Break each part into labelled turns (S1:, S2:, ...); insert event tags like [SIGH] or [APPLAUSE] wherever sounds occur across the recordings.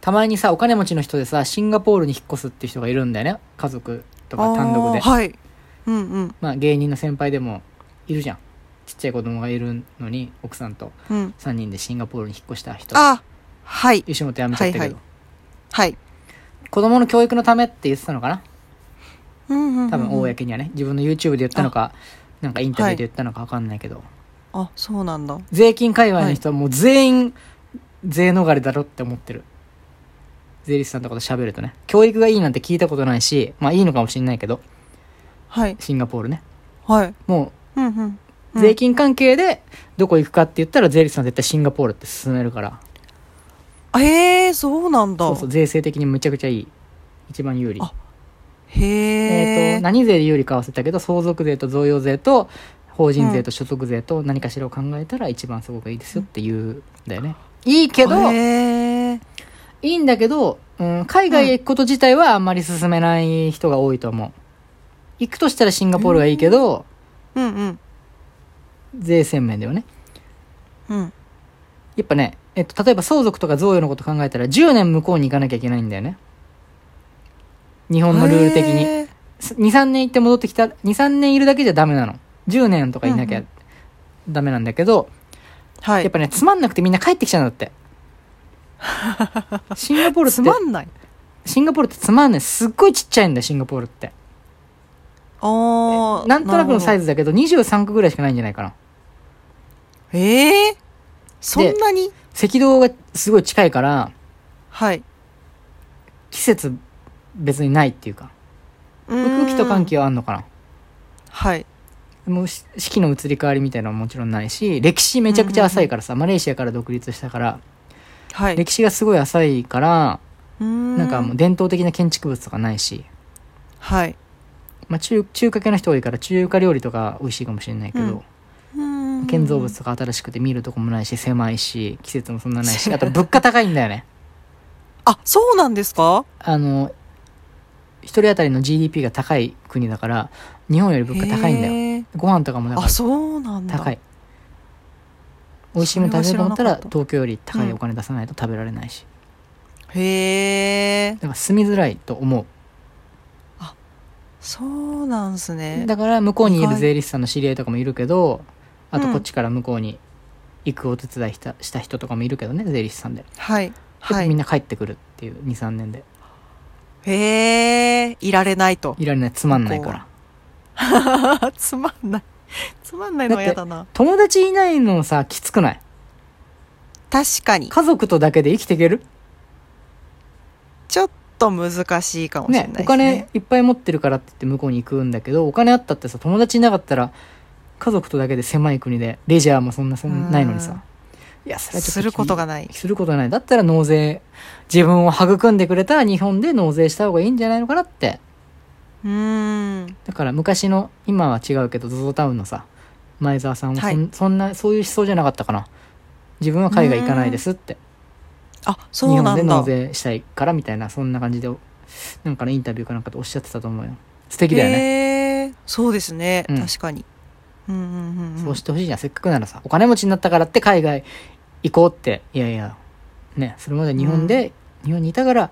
S1: たまにさ、お金持ちの人でさ、シンガポールに引っ越すっていう人がいるんだよね。家族とか単独で。
S2: あーはいうんうん
S1: まあ芸人の先輩でもいるじゃん。ちっちゃい子供がいるのに、奥さんと
S2: うん
S1: 3人でシンガポールに引っ越した人。
S2: あはい
S1: 吉本辞めちゃったけど、
S2: はいははい
S1: 子供の教育のためって言ってたのかな
S2: うんうんうんうん
S1: 多分公にはね、自分の YouTube で言ったのか、なんかインタビューで言ったのか分かんないけど、
S2: あそうなんだ
S1: 税金界隈の人はもう全員税逃れだろって思ってる。税理士さんとかと喋るとね。教育がいいなんて聞いたことないし、まあいいのかもしれないけど、
S2: はい
S1: シンガポールね。
S2: はい
S1: も
S2: うんうんう
S1: う、
S2: ん
S1: 税金関係でどこ行くかって言ったら税理士さんは絶対シンガポールって進めるから。
S2: えー、そうなんだ
S1: そうそう、税制的にむちゃくちゃいい。一番有利。
S2: あへ
S1: え
S2: え
S1: ーと、何税で有利か忘れたけど、相続税と贈与税と、法人税と所得税と何かしらを考えたら一番すごくいいですよっていうんだよね。いいけど、
S2: へえ
S1: いいんだけど、うん、海外へ行くこと自体はあんまり進めない人が多いと思う。行くとしたらシンガポールがいいけど、
S2: うんうん
S1: 税制面ではね。
S2: うん
S1: やっぱね、えっと、例えば相続とか贈与のこと考えたら10年向こうに行かなきゃいけないんだよね。日本のルール的に。
S2: へー
S1: 2、3年行って戻ってきた、2、3年いるだけじゃダメなの。10年とかいなき
S2: う
S1: ゃ
S2: ん
S1: ダメなんだけど、
S2: はい
S1: やっぱね、つまんなくてみんな帰ってきちゃうんだ
S2: [LAUGHS]
S1: って。シンガポールっ
S2: つま
S1: て、
S2: んない
S1: シンガポールってつまんない。すっごいちっちゃいんだよ、シンガポールって。
S2: ああ
S1: なんとなくのサイ
S2: ズ
S1: ズだけど、23区ぐらいしかないんじゃないかな。
S2: ええー、そんなに
S1: 赤道がすごい近いから、
S2: はい
S1: 季節別にないっていうか。空気と寒気はあんのかな。
S2: はい
S1: でもうし四季の移り変わりみたいなのももちろんないし、歴史めちゃくちゃ浅いからさ、マレーシアから独立したから、
S2: はい
S1: 歴史がすごい浅いから、
S2: な
S1: なんかもう伝統的な建築物とかないし、
S2: はい
S1: まあ中、中華系の人多いから中華料理とか美味しいかもしれないけど、建造物とか新しくて見るとこもないし、狭いし、季節もそんなない [LAUGHS] し、あと物価高いんだよね。
S2: あそうなんですか
S1: あの、一人当たりの GDP が高い国だから、日本より物価高いんだよ。
S2: よ
S1: ご飯とかもだか
S2: あ
S1: ら
S2: そうなんだ
S1: 高い。美味しいもの食べようと思った
S2: それは
S1: ら、
S2: 知らなかった
S1: 東京より高いお金出さないと食べられないし。
S2: へえ
S1: だから住みづらいと思う。
S2: そうなんすね
S1: だから向こうにい
S2: 意
S1: る
S2: 外
S1: 税理士さんの知り合いとかもいるけど、あと
S2: うん
S1: こっちから向こうに行くお手伝いしたした人とかもいるけどね、税理士さんで。
S2: はいは
S1: でみん
S2: い
S1: な帰ってくるっていう、2、3年で。
S2: へえいられないと
S1: いられない、つまんないから。
S2: [LAUGHS] つまんないつまんないのは
S1: だっ
S2: や
S1: て
S2: だな
S1: 友達いないのさ、きつくない
S2: 確かに
S1: 家族とだけで生きていける
S2: ちょっと難しいかもしれな
S1: ね
S2: いですね
S1: お金いっぱい持ってるからって言って向こうに行くんだけどお金あったってさ友達いなかったら家族とだけで狭い国でレジャーもそんなそん
S2: うん
S1: ないのにさいやそれはちょっと
S2: することがない
S1: することないだったら納税自分を育んでくれた日本で納税した方がいいんじゃないのかなって
S2: うーん
S1: だから昔の今は違うけど ZOZO タウンのさ前澤さんはそん,、
S2: はい
S1: そんなそういう思想じゃなかったかな自分は海外行かないですって
S2: あ
S1: 日
S2: そうな
S1: 本で
S2: ん
S1: 納
S2: だ
S1: 税したいからみたいなそんな感じでなんかのインタビューかなんかでおっしゃってたと思うよ素敵だよね
S2: へえそうですね
S1: うん
S2: 確かにうんうんうんうん
S1: そうしてほしいじゃん。せっかくならさ、お金持ちになったからって海外行こうって。いやいや、ね、それまで日本で、日本にいたから、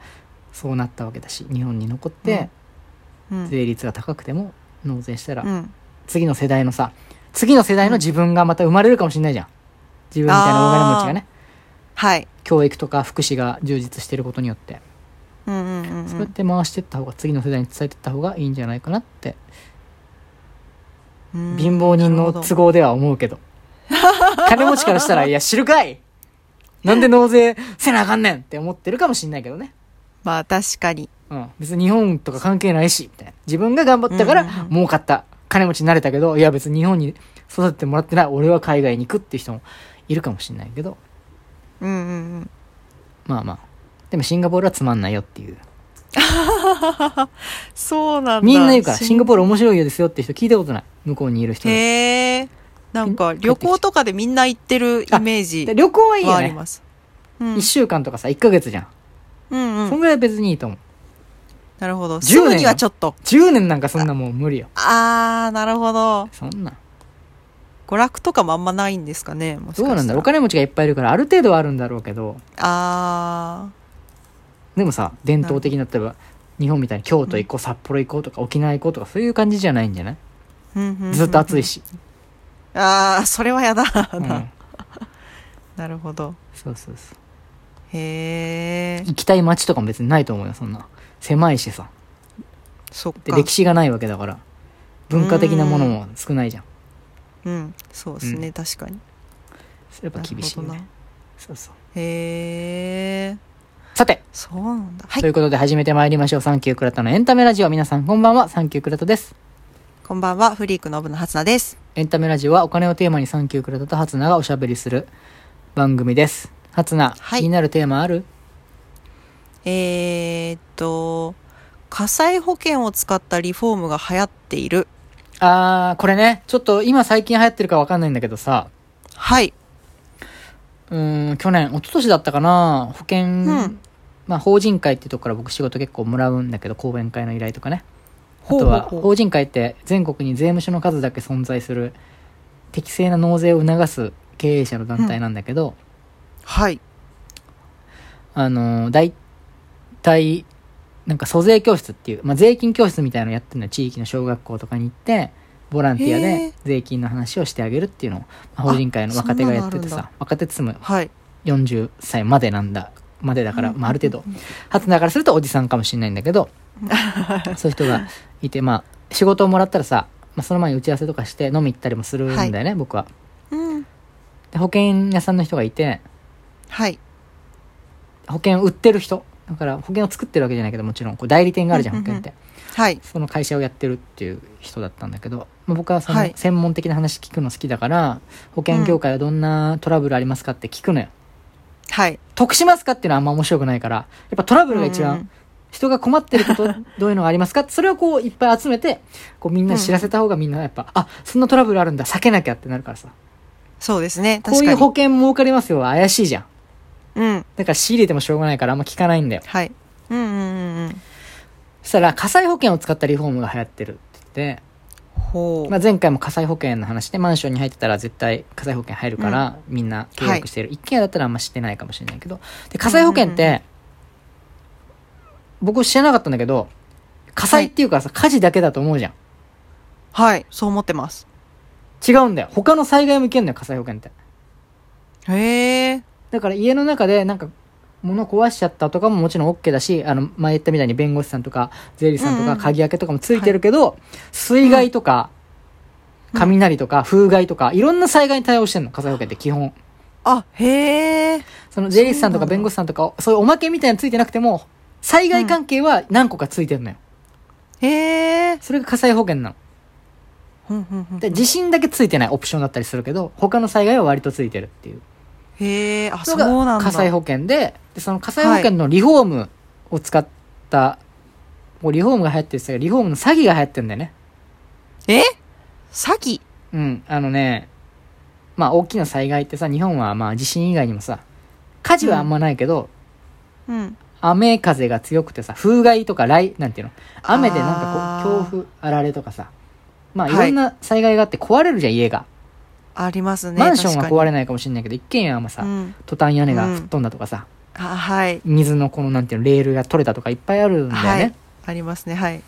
S1: そうなったわけだし、日本に残って、
S2: うん
S1: 税率が高くても納税したら、
S2: うん
S1: 次の世代のさ、次の世代の自分がまた生まれるかもしれないじゃん。自分みたいなお金持ちがね、
S2: はい
S1: 教育とか福祉が充実してることによって、
S2: うんうんうんうん
S1: そうやって回してった方が、次の世代に伝えてった方がいいんじゃないかなって、
S2: うん
S1: 貧乏人の都合では思うけど。金持ちからしたら、いや、知るかいなんで納税せなあかんねんって思ってるかもしんないけどね。
S2: まあ確かに。
S1: うん。別に日本とか関係ないし、みたいな。自分が頑張ったから
S2: うんうんうん
S1: 儲かった。金持ちになれたけど、いや別に日本に育ててもらってない。俺は海外に行くっていう人もいるかもしんないけど。
S2: うんうんうん。
S1: まあまあ。でもシンガポールはつまんないよっていう。
S2: [LAUGHS] そうなんだ。
S1: みんな言うから、シンガポー
S2: ル。
S1: ル面白いよですよって人聞いたことない。向こうにいる人で。
S2: へえ。なんか旅行とかでみんな行ってるイメージ
S1: で旅行はいい
S2: は
S1: よ
S2: あり
S1: ね。
S2: ます。うん
S1: 1週間とかさ、1ヶ月じゃん。
S2: うんう
S1: そん
S2: ん。
S1: ぐらい別にいいと思う。
S2: なるほど。
S1: 10
S2: すぐ
S1: 年
S2: に
S1: よ
S2: はちょっと。
S1: 10年なんかそんなもう無理よ。
S2: あー、なるほど。
S1: そんな。
S2: 娯楽とかもあんまないんですかね。もしかし
S1: どう
S2: たら
S1: なんだろうお金持ちがいっぱいいるからある程度はあるんだろうけど
S2: あ
S1: でもさ伝統的な例えば日本みたいに京都行こう札幌行こうとか沖縄行こうとかそういう感じじゃないんじゃないずっと暑い
S2: し。
S1: し、
S2: ああ、それはやだな。
S1: うん
S2: [LAUGHS] なるほど。
S1: そうそうそう
S2: へえ。
S1: 行きたい街とかも別にないと思うよそんな狭いしさ
S2: そっ
S1: で
S2: か。
S1: 歴史がないわけだから文化的なものも少ないじゃん
S2: うん。そうですね、
S1: う
S2: 確かに。
S1: それやっぱ厳しいよ
S2: なる
S1: ね
S2: ほ
S1: そうそう
S2: どな。へえ。
S1: さて
S2: そうなんだ。は
S1: と
S2: い。
S1: いうことで始めてまいりましょう「サンキュークラタのエンタメラジオ」皆さんこんばんはサンキュークラタです
S2: こんばんは、フリークのぶのはつなです。
S1: エンタメラジオはお金をテーマにサンキュークラタとハツナがおしゃべりする番組ですハツナ、
S2: はい
S1: 気になるテーマある
S2: えー、っと、火災保険を使ったリフォームが流行っている。
S1: あーこれねちょっと今最近流行ってるかわかんないんだけどさ
S2: はい。
S1: うーん去年一昨年だったかな保険、
S2: ん
S1: まあ、法人会ってとこから僕仕事結構もらうんだけど講演会の依頼とかねあと
S2: ほ
S1: は
S2: うほうほう
S1: 法人会って全国に税務署の数だけ存在する適正な納税を促す経営者の団体なんだけど、
S2: はい。
S1: あの大体なんか租税教室っていう、まあ、税金教室みたいなのやってるの地域の小学校とかに行ってボランティア
S2: へ
S1: で
S2: ー
S1: 税金の話をしてあげるっていうのを、まあ法人会の若手がやってて
S2: そんなのある
S1: さ若手っつっても
S2: はい。
S1: 40歳までなんだまでだから、まあ、ある程度初だからするとおじさんかもしれないんだ
S2: [LAUGHS]
S1: けどそういう人がいてまあ仕事をもらったらさ、まあ、その前に打ち合わせとかして飲み行ったりもするんだよね、僕は
S2: うん。
S1: で保険屋さんの人がいて
S2: はい。
S1: 保険を売ってる人だから保険を作ってるわけじゃないけどもちろんこう代理店があるじゃん
S2: うん
S1: 保
S2: うんうん
S1: 険って
S2: はい。
S1: その会社をやってるっていう人だったんだけど、まあ、僕はそ
S2: は
S1: の
S2: い
S1: 専門的な話聞くの好きだから保険業界はどんなトラブルありますかって聞くのよ
S2: はい。
S1: 得しますかっていうのはあんま面白くないからやっぱトラブルが一
S2: うんう
S1: 番
S2: ん
S1: 人が困ってることどういうのがありますかそれをこういっぱい集めてこうみんなに知らせた方がみんなやっぱあそんなトラブルあるんだ避けなきゃってなるからさ
S2: そうですね。
S1: こ
S2: 確
S1: うい
S2: か
S1: う
S2: に。
S1: 保険儲かりますよは怪しいじゃん
S2: うん。
S1: だから仕入れてもしょうがないからあんま聞かないんだよ
S2: はい。うんうんうんうん。
S1: そしたら火災保険を使ったリフォームが流行ってるって言って
S2: ほう。
S1: まあ、前回も火災保険の話でマンションに入ってたら絶対火災保険入るから、みんな契約してる、一軒家だったらあんま知ってないかもしれないけどで火災保険って、
S2: うん
S1: 僕知らなかったんだけど火災っていうかさ、火事だけだと思うじゃん
S2: はい。そう思ってます。
S1: 違うんだよ他の災害もいけんのよ火災保険って
S2: へえ。
S1: だから家の中でなんか物壊しちゃったとかももちろん OK だしあの前言ったみたいに弁護士さんとか税理士さんと
S2: うんう
S1: か
S2: ん
S1: 鍵開けとかもついてるけど、水害とか、
S2: うん
S1: 雷とか風害とかいろんな災害に対応してんの火災保険って基本
S2: あ、へえ。
S1: その税理士さんと
S2: そ
S1: か
S2: うなんだ
S1: 弁護士さんとか、そういうおまけみたいなのついてなくても、災害関係は何個かついてるのよ。
S2: へえ。
S1: それが火災保険なの。
S2: ふんふんふん
S1: で、地震だけついてないオプションだったりするけど、他の災害は割とついてるっていう。
S2: へえ。あ、そ
S1: の
S2: う
S1: が
S2: なんだ。
S1: 火災保険で、で、その火災保険のリフォームを使った、もうリフォームが流行ってるんですけど、リフォームの詐欺が流行ってるんだよね。
S2: え詐欺
S1: うん。あのね、まあ大きな災害ってさ、日本はまあ地震以外にもさ、火事はあんまないけど、
S2: うん。
S1: 雨風が強くてさ風害とか雷なんていうの雨でなんかこ
S2: あー
S1: う強風あられとかさまあい
S2: はい
S1: ろんな災害があって壊れるじゃん家が、
S2: ありますね。
S1: マンションは
S2: 確かに
S1: 壊れないかもしれないけど一軒家はまあさ、
S2: うん。
S1: トタン屋根が吹っ飛んだとかさ、
S2: あ、はい。
S1: 水のこのなんていうのレールが取れたとかいっぱいあるんだよね、
S2: はい。ありますね。はい。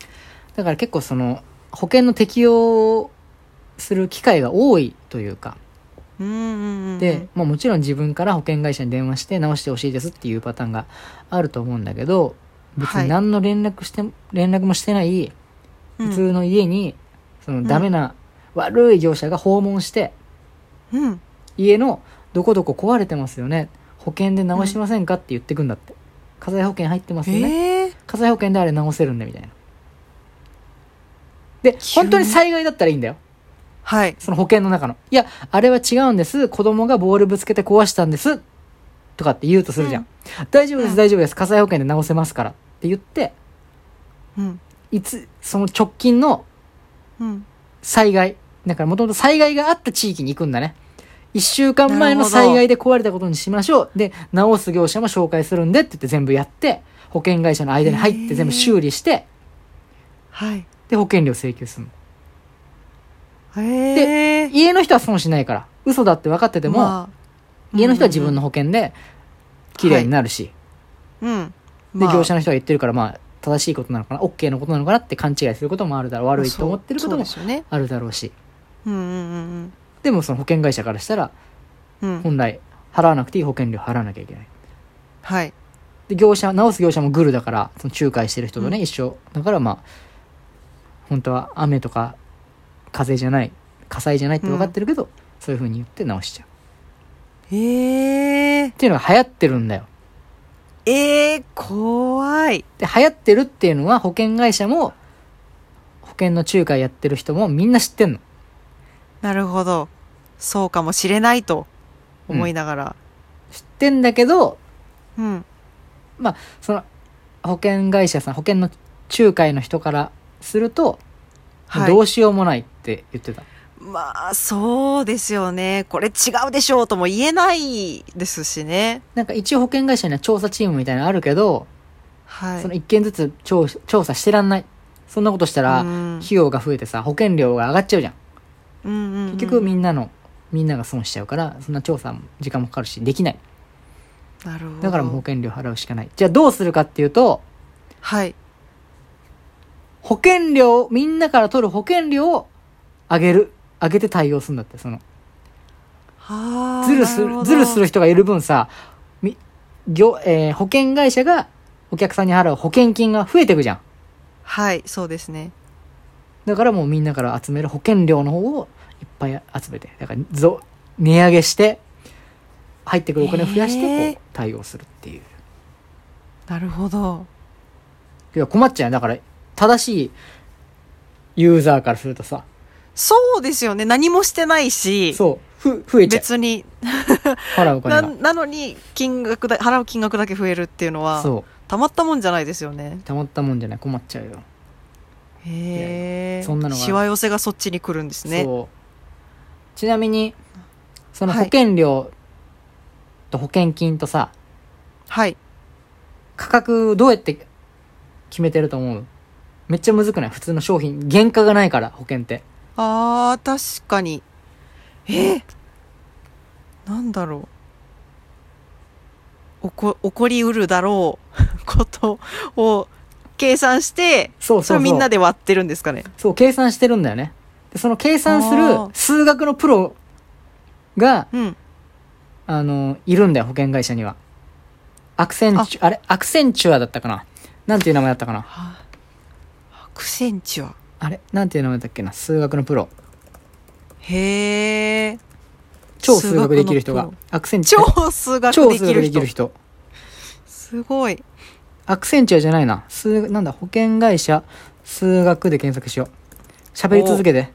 S1: だから結構その保険の適用する機会が多いというか
S2: うんうんうん。
S1: で、、まあ、もちろん自分から保険会社に電話して直してほしいですっていうパターンがあると思うんだけど別
S2: はい
S1: に何の連絡して、連絡もしてない
S2: うん、
S1: 普通の家に、その
S2: ん
S1: ダメな、悪い業者が訪問して、
S2: うん。
S1: 家のどこどこ壊れてますよね。保険で直しませんかって言ってくんだって。火災保険入ってますよね。
S2: ええ。
S1: 火災保険であれ直せるんで、みたいな。で、
S2: 急に
S1: 本当に災害だったらいいんだよ。
S2: はい。
S1: その保険の中の。いや、あれは違うんです。子供がボールぶつけて壊したんです。とかって言うとするじゃん。
S2: うん
S1: 大丈夫で
S2: うん
S1: す、大丈夫です。火災保険で直せますから。って言って、
S2: うん。
S1: いつ、その直近の
S2: うん。
S1: 災害。だからもともと災害があった地域に行くんだね。一週間前
S2: なる
S1: の
S2: ほど
S1: 災害で壊れたことにしましょう。で、直す業者も紹介するんでって言って全部やって、保険会社の間に入っ
S2: へー
S1: て全部修理して、
S2: はい。
S1: で、保険料請求するの。
S2: へえ。
S1: 家の人は損しないから。嘘だって分かってても、
S2: まあ
S1: 家の人は自分の保険で、綺麗になるし、
S2: うん。
S1: で、
S2: まあ
S1: 業者の人が言ってるから、まあ、正しいことなのかな、OK のことなのかなって勘違いすることもあるだろう。悪いと思ってることも
S2: そうそうですよね。
S1: あるだろうし。
S2: うんうん
S1: でも、その保険会社からしたら、
S2: うんうん。うん、
S1: 本来、払わなくていい保険料払わなきゃいけない。
S2: はい。
S1: で、業者、直す業者もグルだから、その仲介してる人とね、
S2: うん
S1: 一緒。だから、まあ、本当は雨とか、風じゃない、火災じゃないって分かってるけど、そういう風に言って直しちゃう。
S2: ええ
S1: っていうのが流行ってるんだよ。
S2: ええ怖い。
S1: で、流行ってるっていうのは保険会社も、保険の仲介やってる人もみんな知ってんの。
S2: なるほど。そうかもしれないと思いながら。
S1: 知ってんだけど、
S2: うん。
S1: その、保険会社さん、保険の仲介の人からすると、
S2: はい
S1: どうしようもないって言ってた。
S2: まあ、そうですよね。これ違うでしょうとも言えないですしね。
S1: なんか一応保険会社には調査チームみたいなのあるけど、
S2: はい。
S1: その一件ずつ調調査してらんない。そんなことしたら、
S2: う
S1: 費
S2: ん
S1: 用が増えてさ、保険料が上がっちゃうじゃん。
S2: うんうんうん
S1: 結局みんなの、みんなが損しちゃうから、そんな調査も時間もかかるし、できない。
S2: なるほど。
S1: だからもう保険料払うしかない。じゃあどうするかっていうと、
S2: はい。
S1: 保険料、みんなから取る保険料を上げる。上げて対応するんだって、その、
S2: はあ。
S1: ズルす
S2: な
S1: る、
S2: ほど
S1: ズルする人がいる分さ、み、業、えー保険会社がお客さんに払う保険金が増えていくじゃん。
S2: はい、そうですね。
S1: だからもうみんなから集める保険料の方をいっぱい集めて、だから、ぞ、値上げして、入ってくるお金を増やし
S2: へ
S1: て、
S2: ー
S1: こう、対応するっていう。
S2: なるほど。
S1: いや、困っちゃうよだから、正しいユーザーからするとさ、
S2: そうですよね。何もしてないし、
S1: そう、ふ、増えちゃう。
S2: 別に、
S1: 払うお金
S2: な、
S1: が。
S2: なのに、金額だ、払う金額だけ増えるっていうのは、
S1: そ
S2: たまったもんじゃないですよね
S1: う。。たまったもんじゃない、困っちゃうよ。
S2: へえ。
S1: そんなのが
S2: しわ寄せがそっちに来るんですね。
S1: そう。ちなみに、その
S2: は
S1: 保
S2: い
S1: 険料と保険金とさ、
S2: はい。
S1: 価格どうやって決めてると思うめっちゃむずくない普通の商品。原価がないから、保険って。
S2: あー、確かに。えなんだろう。おこ、起こりうるだろう [LAUGHS] ことを計算して、
S1: そうそう
S2: そ
S1: そ
S2: れ
S1: う。
S2: をみんなで割ってるんですかね。
S1: そう、計算してるんだよね。でその計算す
S2: あ
S1: る
S2: ー
S1: 数学のプロが、
S2: うん。
S1: あの、いるんだよ、保険会社には。アクセンチュ、あれアクセンチュアだったかななんていう名前だったかな
S2: クセンチは。
S1: あれなんていう名前だっけな数学のプロ。
S2: へえ。
S1: 超数学できる人
S2: 数
S1: が
S2: 学の。
S1: アクセンチュア。
S2: 超数学
S1: 超
S2: で
S1: 数
S2: き
S1: 学
S2: る
S1: でき
S2: 人
S1: る。人。
S2: すごい。
S1: アクセンチュアじゃないな。数、なんだ、保険会社、数学で検索しよう。喋り続けて。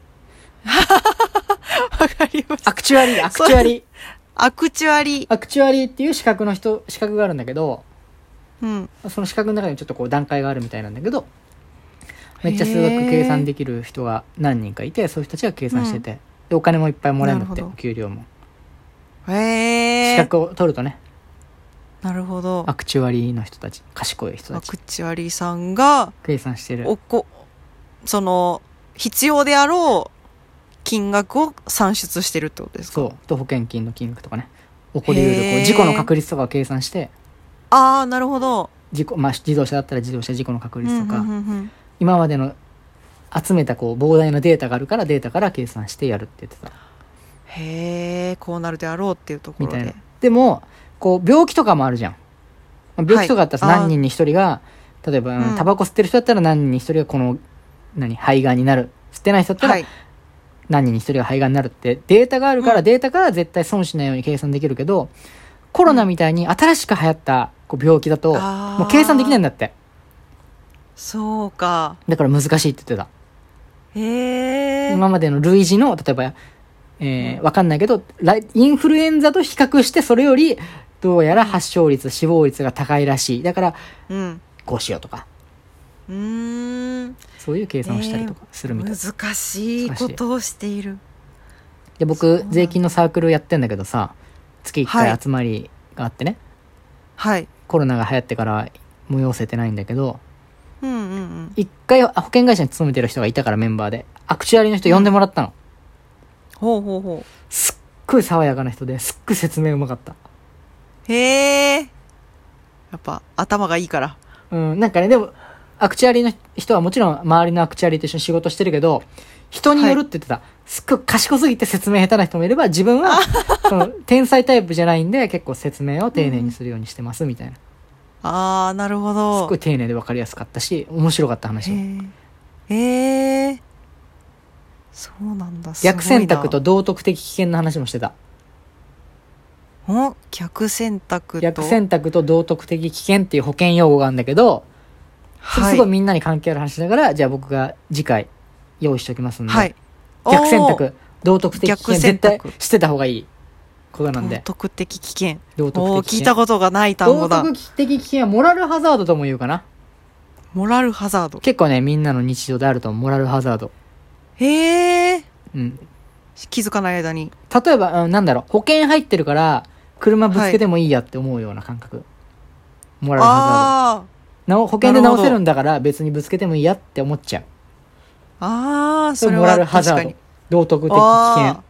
S2: わかりました。
S1: アクチュアリー、 [LAUGHS] アクチュアリー。
S2: アクチュアリ。
S1: アクチュアリーっていう資格の人、資格があるんだけど、
S2: うん。
S1: その資格の中にもちょっとこう段階があるみたいなんだけど、めっちゃ数学計算できる人が何人かいて、そういう人たちが計算してて、で、お金もいっぱいもらえるんだっ
S2: な
S1: て、
S2: るほ
S1: お
S2: ど
S1: 給料も。資
S2: へえ。
S1: 格を取るとね、
S2: なるほど。
S1: アクチュアリーの人たち、賢い人
S2: ア
S1: たち
S2: ク、チュアリさんが、
S1: 計算してる。
S2: おこ、その、必要であろう金額を算出してるってことですか
S1: そう。と保険金の金額とかね。起こり得る、こ
S2: へ
S1: う、
S2: ー
S1: 事故の確率とかを計算して、
S2: ああ、なるほど。
S1: 事故、まあ、自動車だったら自動車事故の確率とか、
S2: うんうんうんうん
S1: 今までの集めたこう膨大なデータがあるからデータから計算してやるって言ってた
S2: へえ、こうなるであろうっていうとこ
S1: み
S2: ろ
S1: たいな
S2: で。
S1: でもこう病気とかもあるじゃんまあ病気とかだったらさ
S2: はいあー
S1: 何人に一人が例えばうん
S2: うん
S1: タバコ吸ってる人だったら何人に一人がこの何肺がんになる吸ってない人だった
S2: は
S1: ら
S2: い。
S1: 何人に一人が肺がんになるってデータがあるから
S2: うん
S1: データから絶対損しないように計算できるけどコロナみたいに新しく流行ったこう病気だと
S2: あー
S1: もう計算できないんだって
S2: そうか。
S1: だから難しいって言ってた
S2: へえ。
S1: 今までの類似の例えば、えー、わかんないけど来インフルエンザと比較してそれよりどうやら発症率死亡率が高いらしいだから
S2: うん。
S1: こうしようとか
S2: うーん。
S1: そういう計算をしたりとかするみたい、
S2: 難しいことをしている。
S1: で
S2: そうな
S1: 僕
S2: んだ
S1: 税金のサークルやってんだけどさ月1
S2: は
S1: 回
S2: い
S1: 集まりがあってね、
S2: はい。
S1: コロナが流行ってから催せてないんだけど
S2: うんうんうん。
S1: 1回あ保険会社に勤めてる人がいたからメンバーでアクチュアリの人呼んでもらったの、
S2: ほうほうほ
S1: すっごい爽やかな人ですっごい説明うまかった
S2: う。へえ。やっぱ頭がいいから。
S1: うん、なんかね、でも、アクチュアリーの人はもちろん周りのアクチュアリーと一緒に仕事してるけど、人によるって言ってた。すっごい賢すぎて説明下手な人もいれば、自分は、その、天才タイプじゃないんで、結構説明を丁寧にするようにしてます、みたいな。
S2: ああ、なるほ
S1: すっご
S2: ど。
S1: い丁寧で分かりやすかったし、面白かった話。
S2: へえ。へーそうなんだ。すごいな
S1: 逆選択と。道徳的危険の話もしてた。
S2: お逆選択と。
S1: 逆選択と道徳的危険っていう保険用語があるんだけど、それ
S2: は
S1: すごいみんなに関係ある話だから、じゃあ僕が次回用意しておきますんで。
S2: はい。
S1: 逆選
S2: おー。
S1: 択、道徳的危険、
S2: 逆
S1: 絶
S2: 選
S1: 対
S2: 択
S1: してた方がいいことなん
S2: 道
S1: で。
S2: 徳的危険。
S1: 道徳
S2: おー
S1: 的危
S2: 聞い
S1: 険
S2: た。ことがない単語
S1: 道
S2: だ。
S1: 徳的危険はモラルハザードとも言うかな。
S2: モラルハザード。
S1: 結構ね、みんなの日常であると思うモラルハザード。
S2: へえ。
S1: うん。
S2: 気づかない間に。
S1: 例えば、うん、なんだろう、保険入ってるから、車ぶつけてもいいやって思うような感覚。モラルハ
S2: あ
S1: ザード。なお保険で
S2: な
S1: 直
S2: るほど
S1: せるんだから別にぶつけてもいいやって思っちゃう。
S2: あ。ああ、
S1: そ
S2: そ
S1: れ
S2: れ
S1: モラル
S2: は
S1: ハ
S2: 確
S1: ザ
S2: か
S1: ード
S2: に。。
S1: 道徳的危険
S2: あ。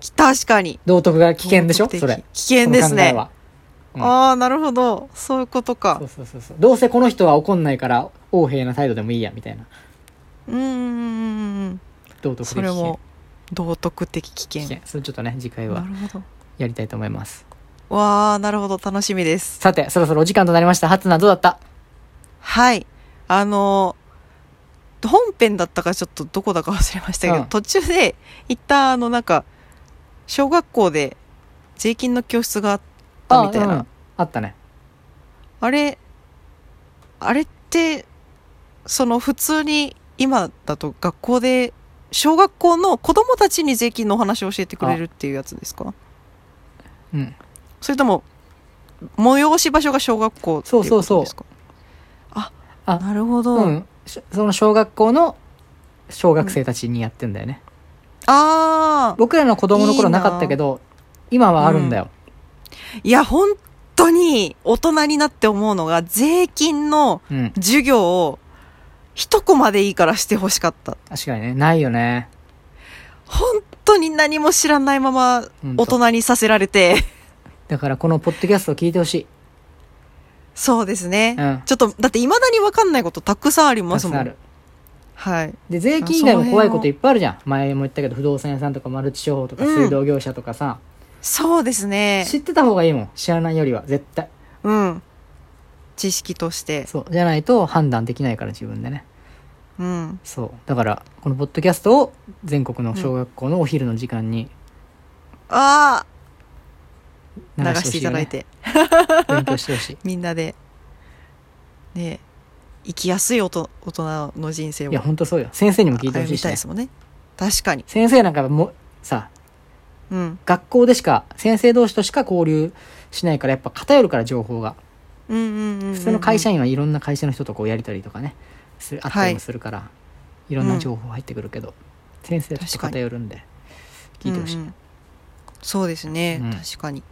S2: ー確かに。
S1: 道徳が危険でしょ
S2: 道
S1: そ
S2: 徳的
S1: れ。
S2: 危険です
S1: その考え
S2: ね。
S1: はうん
S2: ああ、なるほど。そういうことか
S1: そ。うそうそうそう。どうせこの人は怒んないから、横平な態度でもいいや、みたいな。
S2: うーん。
S1: 道徳的
S2: それも、道徳的危
S1: 危険
S2: 険。
S1: 危険それちょっとね、次回
S2: な
S1: は
S2: るほ
S1: やりたいと思います。
S2: ど。わあ、なるほど。楽しみです。
S1: さて、そろそろお時間となりました。初菜どうだった
S2: はい。あのー、本編だったかちょっとどこだか忘れましたけど、
S1: うん
S2: 途中で、一旦あの、なんか、小学校で税金の教室があったみたいな。
S1: うんあったね。
S2: あれ、あれって、その普通に今だと学校で、小学校の子供たちに税金のお話を教えてくれるっていうやつですか
S1: うん。
S2: それとも、催し場所が小学校っていうことですか
S1: そうそうそ
S2: あ、
S1: あ
S2: なるほど。
S1: うん。しその小学校の小学生たちにやってんだよね。
S2: ああ、
S1: 僕らの子供の頃なかったけど、今はあるんだよ。
S2: いや、本当に大人になって思うのが、税金の
S1: うん。
S2: 授業を一コマでいいからしてほしかった。
S1: 確かにね、ないよね。
S2: 本当に何も知らないまま
S1: ほんと
S2: 大人にさせられて、 [LAUGHS]
S1: だからこのポッドキャストを聞いてほしい。
S2: そうですね。
S1: うん
S2: ちょっと、だって未だに分かんないことたくさんあり
S1: た
S2: ま
S1: く
S2: す
S1: さ
S2: も
S1: ん
S2: ん。
S1: ある。
S2: はい。
S1: で、税金以外も怖いこといっぱいあるじゃん。前も言ったけど、不動産屋さんとかマルチ商法とか
S2: うん
S1: 水道業者とかさ、
S2: そうですね。
S1: 知ってた方がいいもん。知らないよりは、絶対。
S2: うん。知識として。
S1: そう。じゃないと判断できないから自分でね。
S2: うん。
S1: そう。だから、このポッドキャストを全国の小学校のお昼の時間に
S2: ああ、
S1: 流して
S2: 流
S1: ほ
S2: して
S1: し
S2: い
S1: いよ
S2: ただい
S1: ね。
S2: て、
S1: 勉強してほ
S2: [LAUGHS]
S1: しい。
S2: みんなで、ね、生きやすいおと大人の人生を
S1: いや、ほんとそうよ。先生にも聞いてほ
S2: 歩
S1: しい
S2: み
S1: した
S2: い
S1: ね
S2: で。すもんね。確かに。
S1: 先生なんかも、さ、
S2: うん。
S1: 学校でしか、先生同士としか交流しないから、やっぱ偏るから情報が。
S2: うんうんうんうんうん
S1: 普通の会社員はいろんな会社の人とこうやりたりとかねするあったりもするから、い、ろんな情報入ってくるけど、先生はちょっと
S2: 確かに
S1: 偏るんで聞いてほしい、
S2: うんうんそうですね。
S1: うん
S2: 確かに。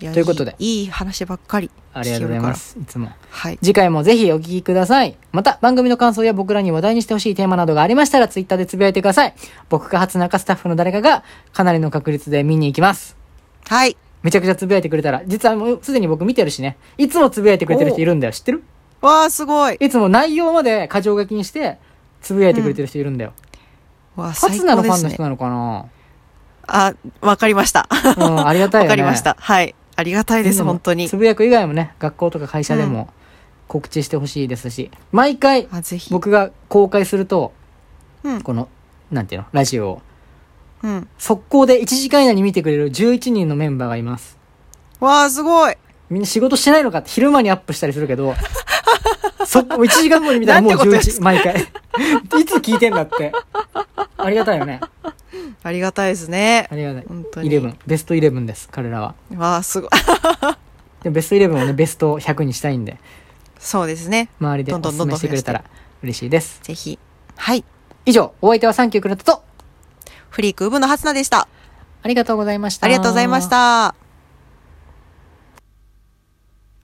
S2: や
S1: ということで
S2: いいいい話ばっかり。
S1: ありがとうございますいつも
S2: はい。
S1: 次回もぜひお聞きくださいまた番組の感想や僕らに話題にしてほしいテーマなどがありましたらツイッターでつぶやいてください僕か初中スタッフの誰かがかなりの確率で見に行きます
S2: はい。
S1: めちゃくちゃつぶやいてくれたら実はもうすでに僕見てるしねいつもつぶやいてくれてる人いるんだよ知ってる
S2: わあ、すごい。
S1: いつも内容まで過剰書きにしてつぶやいてくれてる人いるんだよ、
S2: わあ、
S1: 初
S2: 最
S1: 菜
S2: 高
S1: のフ
S2: で
S1: ァン
S2: す
S1: の
S2: ね
S1: 人。なのかな
S2: あ、わかりました。わ
S1: うん、
S2: [LAUGHS]
S1: ありがたいよね。
S2: かりました。はい。ありがたいです、
S1: みんなも
S2: 本当に
S1: つ。ぶやく以外もね、学校とか会社でも告知してほしいですし、毎回
S2: あ、ぜひ。
S1: 僕が公開すると、
S2: うん。
S1: この、なんていうの、ラジオを、
S2: うん。
S1: 速攻で1時間以内に見てくれる11人のメンバーがいます。
S2: わあ、すごい。
S1: みんな仕事してないのかって昼間にアップしたりするけど、 [LAUGHS] そ1時間後に見たらもう
S2: なんてことです
S1: 11、毎回。 [LAUGHS] いつ聞いてんだって。ありがたいよね。
S2: ありがたいですね
S1: あ。りがたい。
S2: 本当に。
S1: 11、ベスト11です、彼らは。
S2: わあ、すごい。
S1: でもベスト11をね、ベスト100にしたいんで。
S2: そうですね。
S1: 周りでお
S2: どんど
S1: 勧
S2: んどん
S1: め
S2: どん
S1: してくれたら嬉しいです。
S2: ぜひ。はい。
S1: 以上、お相手はサンキューくれたと、
S2: フリークウブのハツナでした。
S1: ありがとうございました。
S2: ありがとうございまし。た。